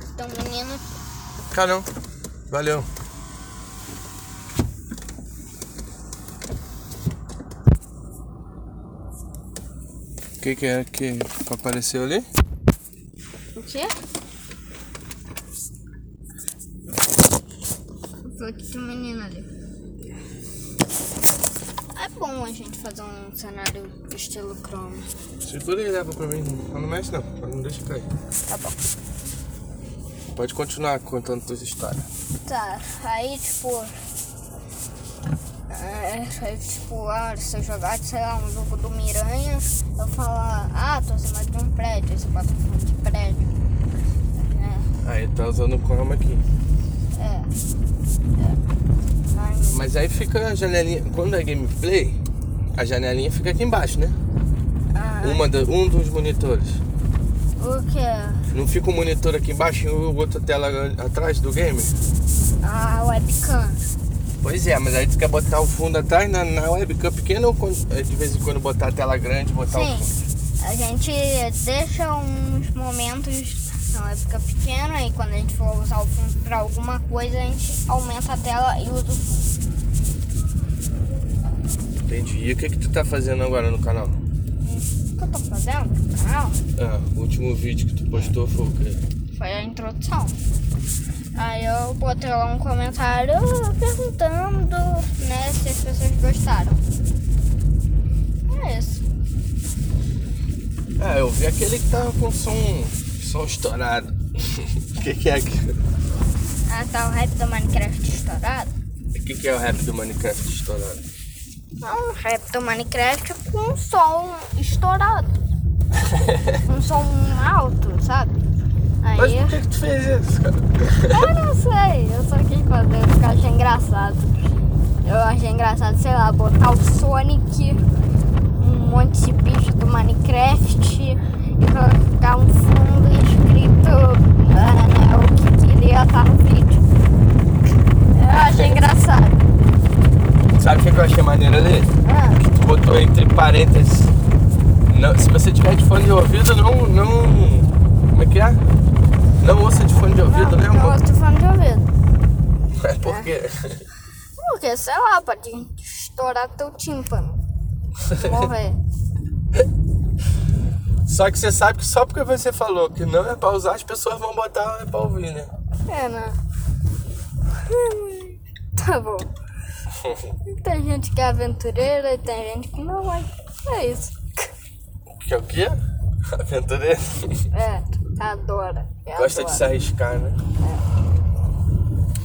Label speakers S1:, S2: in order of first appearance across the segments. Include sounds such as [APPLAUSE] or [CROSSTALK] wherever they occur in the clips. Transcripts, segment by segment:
S1: Então, menino,
S2: Carão. Valeu. O que, que é que apareceu ali?
S1: o quê? Eu falei que tinha um menino ali. É bom a gente fazer um cenário estilo cromo.
S2: Segura e leva pra mim. Não não mexe não. Não deixa cair.
S1: Tá bom.
S2: Pode continuar contando tuas histórias.
S1: Tá, aí tipo. É, aí, tipo, ah, se eu jogar, sei lá, um jogo do Miranha, eu falar, ah, tô acima de um prédio, aí você bota um fundo de prédio. É,
S2: Aí tá usando o chroma aqui.
S1: é. é. Ai, meu-
S2: Mas aí fica a janelinha. Quando é gameplay, a janelinha fica aqui embaixo, né?
S1: ah,
S2: Uma da- um dos monitores.
S1: o que?
S2: Não fica o monitor aqui embaixo e o outro tela atrás do game?
S1: A webcam.
S2: Pois é, mas aí tu quer botar o fundo atrás na, na webcam pequena ou quando- eh, de vez em quando botar a tela grande botar o fundo?
S1: Sim, a gente deixa uns momentos na época pequena e quando a gente for usar o fundo pra alguma coisa, a gente aumenta a tela e usa o fundo.
S2: Entendi. E o que que tu tá fazendo agora no canal?
S1: O que eu tô fazendo no canal
S2: Ah, o último vídeo que tu postou foi o quê?
S1: foi a introdução. Aí eu botei lá um comentário perguntando né, se as pessoas gostaram. É isso.
S2: Ah, eu vi aquele que tava com som, som estourado. [LAUGHS] O que que é aquilo?
S1: Ah, tá o hype do Minecraft estourado.
S2: O que que é o rap do Minecraft estourado?
S1: Não, o rap do Minecraft com um som estourado. um som alto, sabe? Aí
S2: Mas por que que tu fez isso, cara?
S1: [LAUGHS] eu não sei, eu só quis fazer, porque eu achei engraçado. Eu achei engraçado, sei lá, botar o Sonic, um monte de bicho do Minecraft e colocar um fundo escrito ah, né, o que queria estar no vídeo. Eu achei engraçado.
S2: Sabe o que que eu achei maneiro ali?
S1: Ah,
S2: que tu botou entre parênteses. Não- se você tiver de fone de ouvido, não, não. Como é que é? Não ouça de fone de ouvido, né,
S1: não,
S2: amor?
S1: eu tô falando de ouvido.
S2: [LAUGHS] É porque.
S1: Porque, sei lá, pode estourar teu tímpano. Morrer.
S2: Só que você sabe que só porque você falou que não é pra usar, as pessoas vão botar é pra ouvir, né?
S1: É, né? Tá bom. Tem gente que é aventureira e tem gente que não é. É isso.
S2: Que é o quê? [LAUGHS] Aventureiro.
S1: É, adora. Eu
S2: Gosta de se
S1: adoro.
S2: arriscar, né?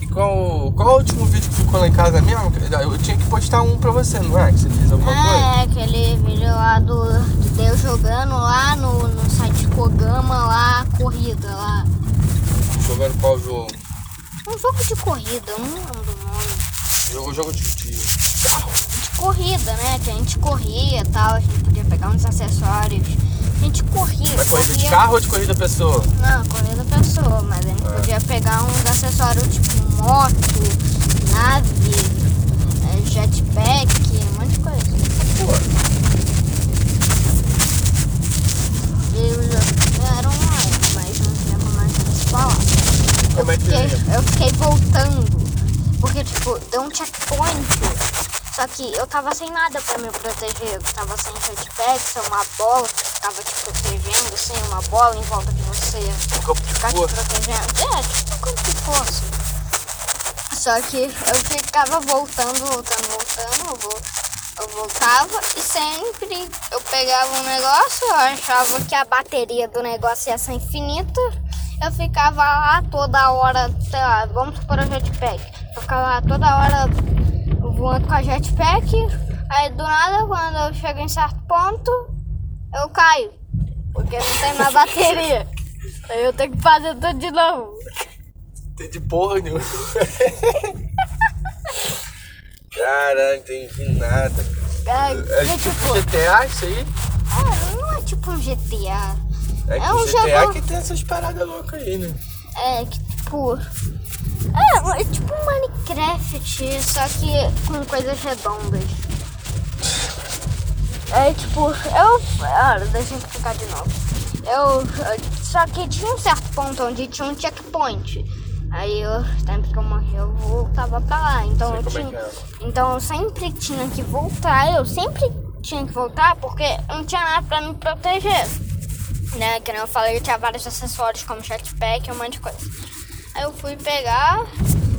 S2: E qual, qual é o último vídeo que ficou lá em casa mesmo? Eu tinha que postar um pra você, não é? Que você fez alguma coisa?
S1: Ah, é aquele vídeo lá do de Deus jogando lá no, no site Kogama lá, corrida lá.
S2: Jogando qual jogo?
S1: Um jogo de corrida, eu não lembro o nome.
S2: Jogo, jogo de, de carro.
S1: de corrida, né? Que a gente corria e tal, a gente podia pegar uns acessórios. A gente corria.
S2: Mas corrida de
S1: corria-
S2: carro É. ou de corrida pessoa?
S1: Não, corrida da pessoa, mas a gente podia pegar uns acessórios tipo moto, nave, eh, jetpack, um monte de coisa. E os outros eram online, um mas não se lembro mais como se falar.
S2: Como é que
S1: Fiquei-
S2: é?
S1: eu fiquei voltando. Porque, tipo, deu um checkpoint. Só que eu tava sem nada pra me proteger. Eu tava sem jetpack, sem uma bola. Tava te protegendo, sem uma bola em volta de você.
S2: Um campo de
S1: Ficar te
S2: força.
S1: protegendo. É, tipo, quanto que fosse. Só que eu ficava voltando, voltando, voltando. Eu, vol- eu voltava e sempre eu pegava um negócio, eu achava que a bateria do negócio ia ser infinita. Eu ficava lá toda hora, sei lá, vamos supor a jetpack. Eu ficava lá toda hora voando com a jetpack. Aí do nada, quando eu chego em certo ponto, eu caio. Porque não tem mais bateria. Aí eu tenho que fazer tudo de novo.
S2: Tem de porra nenhuma. [LAUGHS] Caralho, não entendi nada.
S1: É,
S2: É
S1: é
S2: tipo
S1: tipo,
S2: GTA isso aí?
S1: é, não é tipo um GTA.
S2: É, que
S1: É um
S2: GTA
S1: jogo.
S2: que tem essas paradas loucas aí, né?
S1: É que tipo. É, é tipo um Minecraft, só que com coisas redondas. É tipo, eu. Ah, deixa eu explicar de novo. Eu, eu- Só que tinha um certo ponto onde tinha um checkpoint. Aí eu, sempre que eu morri, eu voltava pra lá. Então
S2: Sei
S1: eu
S2: como é
S1: tinha.
S2: que é.
S1: Então eu sempre tinha que voltar. Eu sempre tinha que voltar porque não tinha nada pra me proteger. Né? Que nem eu falei, eu tinha vários acessórios como jetpack e um monte de coisa. Aí eu fui pegar,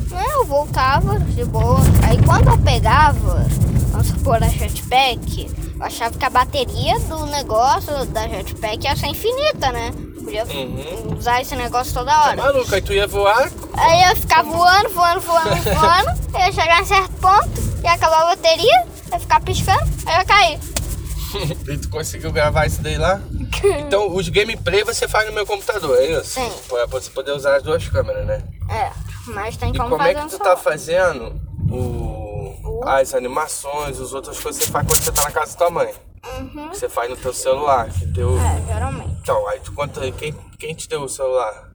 S1: né? Eu voltava de boa. Aí quando eu pegava, vamos supor, a jetpack, eu achava que a bateria do negócio da jetpack ia ser infinita, né? Podia
S2: Uhum.
S1: usar esse negócio toda hora.
S2: Tá Maluco, aí tu ia voar. [LAUGHS]
S1: Aí eu ficava voando, voando, voando, voando. eu ia chegar em certo ponto, ia acabar a bateria, ia ficar piscando, aí eu ia cair.
S2: e tu conseguiu gravar isso daí lá? Então, os gameplay você faz no meu computador, é isso?
S1: Sim.
S2: Pra você poder usar as duas câmeras, né?
S1: [LAUGHS] É, mas tem
S2: E
S1: como,
S2: como, é
S1: fazer
S2: que
S1: um
S2: tu
S1: só.
S2: tá fazendo o-
S1: O?
S2: as animações, as outras coisas que você faz quando você tá na casa da tua mãe?
S1: Uhum.
S2: Que você faz no teu celular, que teu...
S1: É, geralmente.
S2: Então, aí tu conta aí, quem, quem te deu o celular?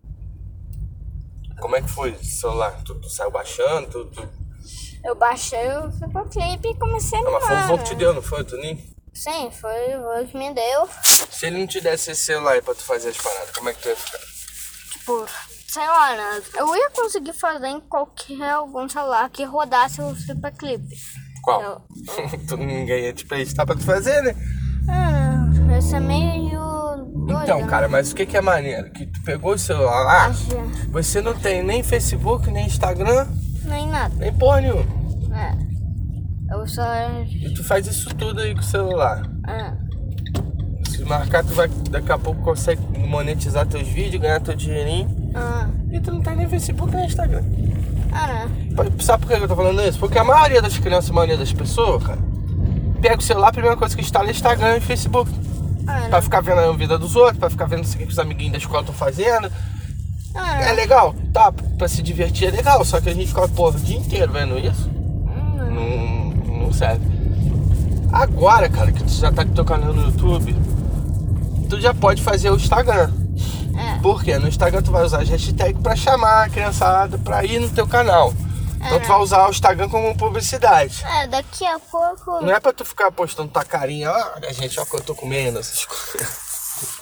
S2: Como é que foi o celular? Tu, tu saiu baixando? Tu, tu...
S1: Eu baixei o Videoclipe e comecei a
S2: Não,
S1: animar.
S2: mas foi o vô que te
S1: né?
S2: deu, não foi, Toninho?
S1: Sim, foi o vô que me deu.
S2: Se ele não te desse esse celular aí pra tu fazer as paradas, como é que tu ia ficar?
S1: Tipo, sei lá, né? Eu ia conseguir fazer em qualquer algum celular que rodasse o Superclipe.
S2: Qual?
S1: Eu-
S2: [LAUGHS] tu, ninguém ia te prestar pra tu fazer, né?
S1: Ah, isso é meio doido,
S2: Então,
S1: né?
S2: cara, mas o que que é maneiro? Que tu pegou o celular lá,
S1: Acho-
S2: você não tem nem Facebook, nem Instagram,
S1: Nem nada.
S2: nem porra nenhuma.
S1: É. Eu só.
S2: E tu faz isso tudo aí com o celular.
S1: Ah,
S2: Se marcar, tu vai daqui a pouco consegue monetizar teus vídeos, ganhar teu dinheirinho.
S1: ah,
S2: E tu não tem nem Facebook, nem Instagram.
S1: ah, né?
S2: Pa- Sabe por que eu tô falando isso? Porque a maioria das crianças, a maioria das pessoas, cara, pega o celular, a primeira coisa que instala é Instagram e Facebook.
S1: Ah,
S2: Pra
S1: né?
S2: ficar vendo a vida dos outros, pra ficar vendo o que os amiguinhos da escola estão fazendo.
S1: Ah,
S2: É
S1: né?
S2: legal, tá? Pra se divertir é legal, só que a gente fica porra, o dia inteiro vendo isso.
S1: Hum,
S2: Não, não serve. Agora, cara, que tu já tá com teu canal no YouTube, tu já pode fazer o Instagram.
S1: É.
S2: Por quê? No Instagram tu vai usar as hashtags pra chamar a criançada pra ir no teu canal. Então tu vai usar o Instagram como publicidade.
S1: É, daqui a pouco.
S2: Não é pra tu ficar postando tua carinha, olha gente, olha o que eu tô comendo, essas coisas.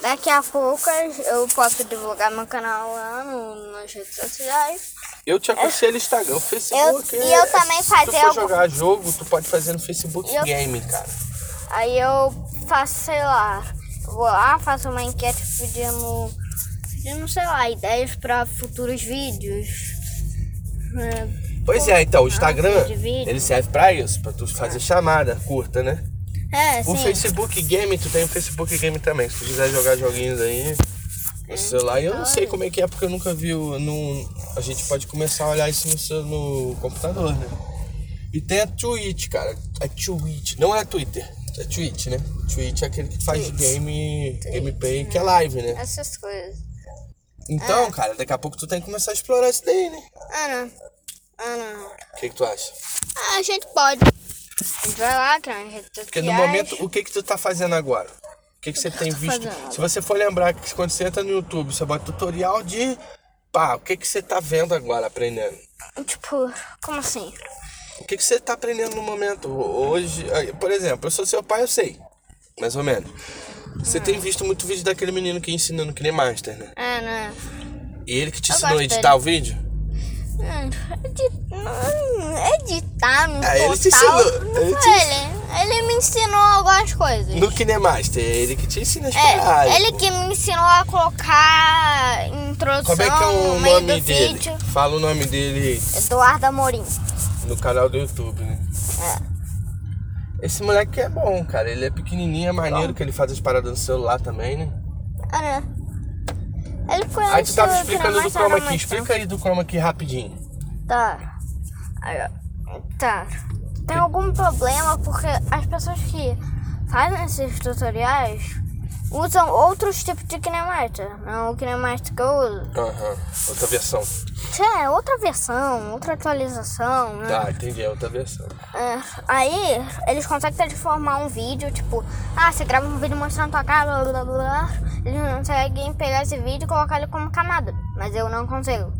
S1: Daqui a pouco eu posso divulgar meu canal lá no, nas redes sociais.
S2: [LAUGHS] Eu te aconselho o Instagram, o Facebook.
S1: É. Eu-
S2: é-
S1: e eu também
S2: Se tu
S1: fazer
S2: for
S1: algum-
S2: jogar jogo, tu pode fazer no Facebook
S1: Eu-
S2: Game, cara.
S1: Aí eu faço, sei lá, vou lá, faço uma enquete pedindo, pedindo sei lá, ideias pra futuros vídeos. É,
S2: Pois é, então, o Instagram,
S1: de vídeo.
S2: ele serve pra isso, pra tu fazer chamada curta, né?
S1: É,
S2: O
S1: sim.
S2: Facebook Game, tu tem o Facebook Game também, se tu quiser jogar joguinhos aí no celular. Eu não sei como é que é, porque eu nunca vi, o- não, a gente pode começar a olhar isso no, seu- no computador, né? E tem a Twitch, cara, a Twitch, não é Twitter, é Twitch, né? Twitch é aquele que faz game, gameplay, que é live, né?
S1: Essas coisas.
S2: Então, cara, daqui a pouco tu tem que começar a explorar isso daí, né?
S1: Ana, Ana,
S2: O que que tu acha?
S1: a gente pode. A gente vai lá, criar nas redes sociais.
S2: Porque no momento, o que que tu tá fazendo agora? O que que você tem visto?
S1: fazendo?
S2: Se você for lembrar que quando você entra no YouTube, você bota tutorial de pá, o que que você tá vendo agora, aprendendo?
S1: Tipo, como assim?
S2: O que que você tá aprendendo no momento? Hoje, aí, por exemplo, eu sou seu pai, eu sei. Mais ou menos. Você
S1: Hum.
S2: tem visto muito vídeo daquele menino que ensinando que nem master, né?
S1: É, né?
S2: E ele que te
S1: Eu
S2: ensinou a
S1: gosto
S2: editar o vídeo?
S1: Hum, edi- hum, Editar no
S2: Ah, ele te
S1: total,
S2: ensinou,
S1: não
S2: ele te
S1: foi ele. Ele me ensinou algumas coisas.
S2: No KineMaster, é ele que te ensina as paradas,
S1: É, ele
S2: pô.
S1: que me ensinou a colocar introdução
S2: Como é que é
S1: no
S2: o
S1: meio
S2: nome
S1: do
S2: dele?
S1: vídeo.
S2: Fala o nome dele
S1: Eduardo Amorim.
S2: no canal do YouTube, né?
S1: É.
S2: Esse moleque é bom, cara. Ele é pequenininho, é maneiro que ele faz as paradas no celular também, né?
S1: Ah, né? Ele conhece
S2: Aí tu tava
S1: o
S2: explicando do
S1: Kinemaster
S2: chroma
S1: há
S2: key.
S1: muito
S2: Explica aí do chroma key rapidinho.
S1: Tá. Aí, ó. Tá. Tem algum problema porque as pessoas que fazem esses tutoriais usam outros tipos de Kinemaster. Não o Kinemaster que eu uso.
S2: Aham. Outra versão.
S1: É, outra versão, outra atualização, né?
S2: Tá, entendi. É outra versão.
S1: É, aí eles conseguem transformar um vídeo, tipo, ah, você grava um vídeo mostrando tua cara, blá blá blá blá. Eles conseguem pegar esse
S2: tá
S1: vídeo e colocar ele como camada. Mas eu não consigo.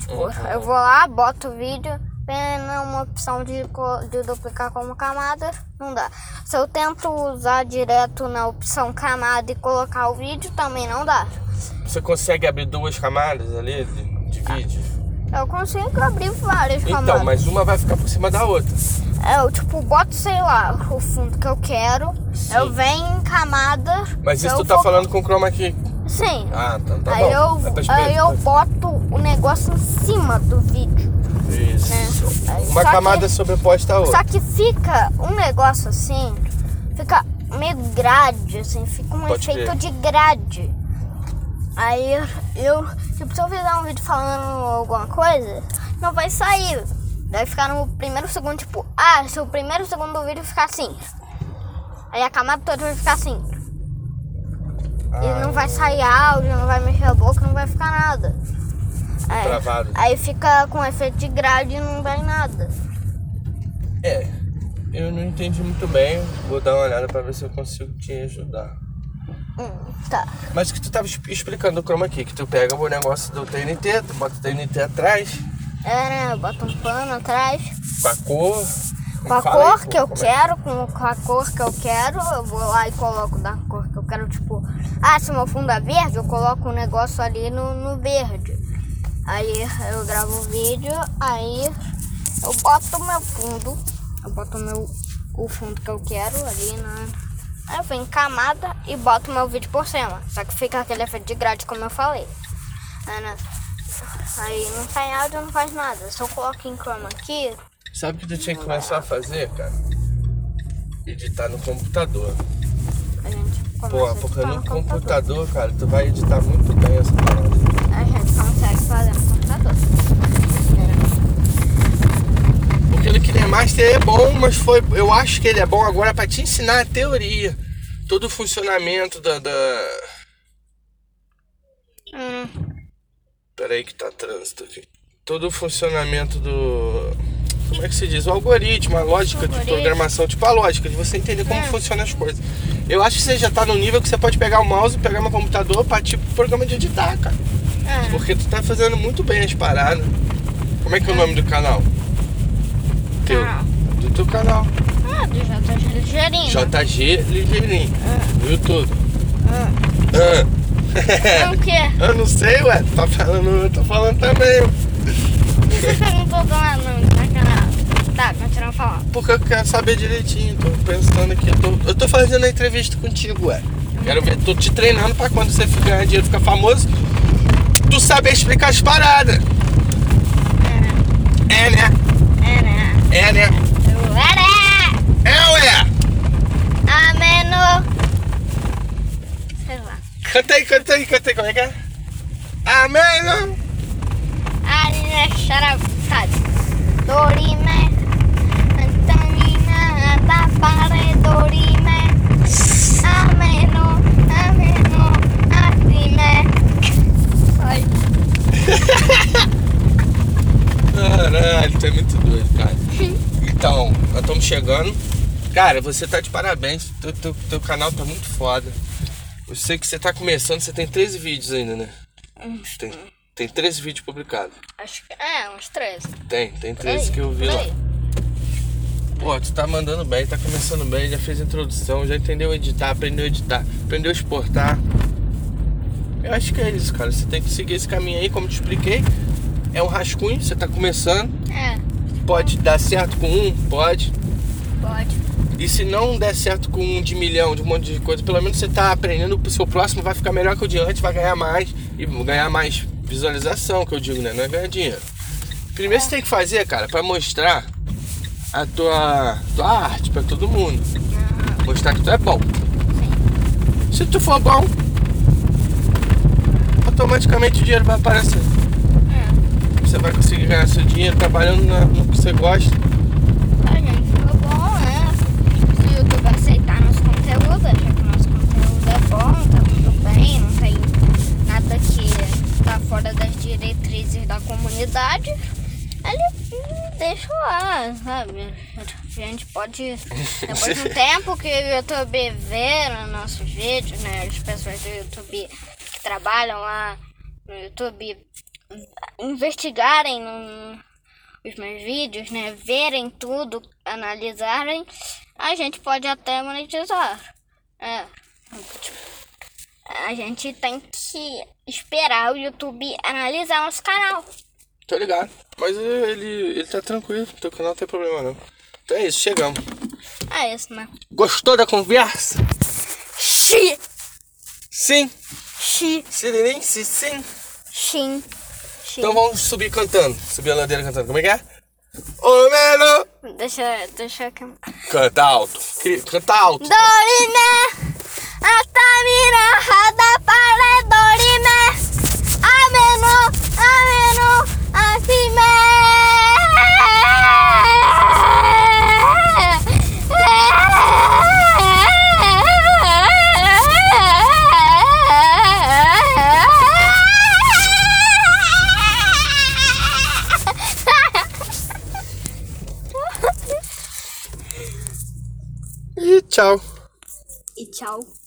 S1: Tipo, eu vou lá, boto o vídeo, pena, uma opção de, co- de duplicar como camada, não dá. Se eu tento usar direto na opção camada e colocar o vídeo, também não dá.
S2: Você consegue abrir duas camadas ali de, de vídeo?
S1: Eu consigo abrir várias Ah, camadas.
S2: Então, mas uma vai ficar por cima da outra.
S1: É, eu tipo, boto, sei lá, o fundo que eu quero,
S2: Sim.
S1: eu venho em camada.
S2: Mas isso
S1: eu
S2: tu tá
S1: vou-
S2: falando com o chroma key.
S1: Sim.
S2: Ah, tá, tá
S1: aí
S2: bom.
S1: eu,
S2: É pra
S1: aí eu
S2: experimentar.
S1: boto o negócio em cima do vídeo.
S2: Isso.
S1: né? Aí-
S2: Uma
S1: só que-
S2: camada sobreposta à outra.
S1: Só que fica um negócio assim, fica meio grade, assim, fica um
S2: Pode
S1: efeito
S2: crer.
S1: de grade. Aí eu, tipo, se eu fizer um vídeo falando alguma coisa, não vai sair. Vai ficar no primeiro segundo, tipo, ah, se o primeiro segundo do vídeo ficar assim. Aí a camada toda vai ficar assim. E
S2: Ah,
S1: não vai sair áudio, não vai mexer a boca, não vai ficar nada. Aí,
S2: Travado.
S1: aí fica com efeito de grade e não vai nada.
S2: É, eu não entendi muito bem. Vou dar uma olhada pra ver se eu consigo te ajudar.
S1: Hum, tá.
S2: Mas o que tu tava exp- explicando o chroma key, que tu pega o negócio do TNT, tu bota o TNT atrás,
S1: É, né? Bota um pano atrás.
S2: com a cor.
S1: Com a
S2: Fala aí,
S1: cor
S2: pô,
S1: que eu
S2: como é
S1: quero, com, com a cor que eu quero, eu vou lá e coloco da cor que eu quero, tipo, ah, se meu fundo é verde, eu coloco um negócio ali no, no verde. Aí eu gravo o vídeo, aí eu boto o meu fundo, eu boto o meu, o fundo que eu quero ali na. Aí eu venho em camada e boto o meu vídeo por cima. Só que fica aquele efeito de grade como eu falei. Aí, né, aí não sai áudio, não faz nada. Se eu coloco em chroma aqui,
S2: Sabe o que tu tinha que começar a fazer, cara? Editar no computador.
S1: A gente começa
S2: Pô,
S1: a
S2: porque
S1: editar
S2: no computador, cara, tu vai editar muito bem essa parada.
S1: A gente consegue fazer no computador.
S2: Porque ele que é master é bom, mas foi. Eu acho que ele é bom agora pra te ensinar a teoria. Todo o funcionamento da. da...
S1: Hum,
S2: Peraí que tá trânsito aqui. Todo o funcionamento do. Como é que se diz? O algoritmo, a lógica de
S1: Algoritmo.
S2: programação, tipo a lógica, de você entender como
S1: É.
S2: funcionam as coisas. Eu acho que você já tá no nível que você pode pegar o mouse, pegar meu computador, partir pro programa de editar, cara.
S1: é.
S2: Porque tu tá fazendo muito bem as paradas. Como é que é o nome do canal? Teu.
S1: Canal.
S2: Do teu canal.
S1: Ah, do JG Ligeirinho.
S2: JG Ligeirinho. No YouTube.
S1: Ah.
S2: Ah.
S1: Então, o quê?
S2: eu não sei, ué. Tu Tá falando, eu tô falando também.
S1: Você tá perguntou do meu nome do canal. Tá, continua falando.
S2: Porque eu quero saber direitinho, tô pensando aqui, eu tô, eu tô fazendo a entrevista contigo, ué. Quero ver, tô te treinando pra quando você ganhar dinheiro, ficar famoso, tu saber explicar as paradas.
S1: É,
S2: É, né?
S1: é, né?
S2: É, né?
S1: Eu era
S2: É, ué!
S1: ameno... Sei lá.
S2: Canta aí, canta aí, canta aí, como é que é? Amém, não?
S1: Arina Charavitade. Dorime. Antonina Tapare Dorime. Ameno. Ameno. Arime. Oi.
S2: Caralho, tu é muito doido, cara. Então, nós estamos chegando. Cara, você tá de parabéns, teu, teu, teu canal tá muito foda. Eu sei que você tá começando, você tem 13 vídeos ainda, né? Tem, tem 13 vídeos publicados.
S1: Acho que é, uns 13.
S2: Tem, tem
S1: Por aí,
S2: três que eu vi
S1: por
S2: lá.
S1: aí.
S2: Pô, tu tá mandando bem, tá começando bem, já fez a introdução, já entendeu editar, aprendeu a editar, aprendeu a exportar. Eu acho que é isso, cara. Você tem que seguir esse caminho aí, como eu te expliquei. É um rascunho, você tá começando.
S1: É,
S2: Pode dar certo com um? Pode.
S1: pode.
S2: E se não der certo com um de milhão, de um monte de coisa, pelo menos você tá aprendendo, o seu próximo vai ficar melhor que o de antes, vai ganhar mais e ganhar mais visualização, que eu digo, né? Não é ganhar dinheiro. Primeiro você tem que fazer, cara, pra mostrar a tua, tua arte pra todo mundo. Mostrar que tu é bom. Se tu for bom, automaticamente o dinheiro vai aparecer. Você vai conseguir ganhar seu dinheiro trabalhando na- no que você gosta.
S1: A gente ficou bom, né? Se o YouTube aceitar nosso conteúdo, achar que o nosso conteúdo é bom, tá tudo bem, não tem nada que tá fora das diretrizes da comunidade, ele hum, deixa lá, sabe? A gente pode, depois de um tempo que o YouTube vê no nosso vídeo, né? As pessoas do YouTube que trabalham lá no YouTube investigarem no, os meus vídeos, né, verem tudo, analisarem, a gente pode até monetizar. É. A gente tem que esperar o YouTube analisar nosso canal.
S2: Tô ligado. Mas eh, ele, ele tá tranquilo, teu canal não tem problema não. Então é isso, chegamos.
S1: É isso, né?
S2: Gostou da conversa?
S1: Xi,
S2: Sim.
S1: xi,
S2: Siririm, sim, sim.
S1: xin, xi.
S2: Então vamos subir cantando. Subir a ladeira cantando. Como é que é? Ô, mano!
S1: Deixa, deixa eu cantar.
S2: Canta alto. Cri- Canta alto.
S1: Dorime, atamina, radapare, dorime, ameno, ameno, afime.
S2: E tchau.
S1: E tchau.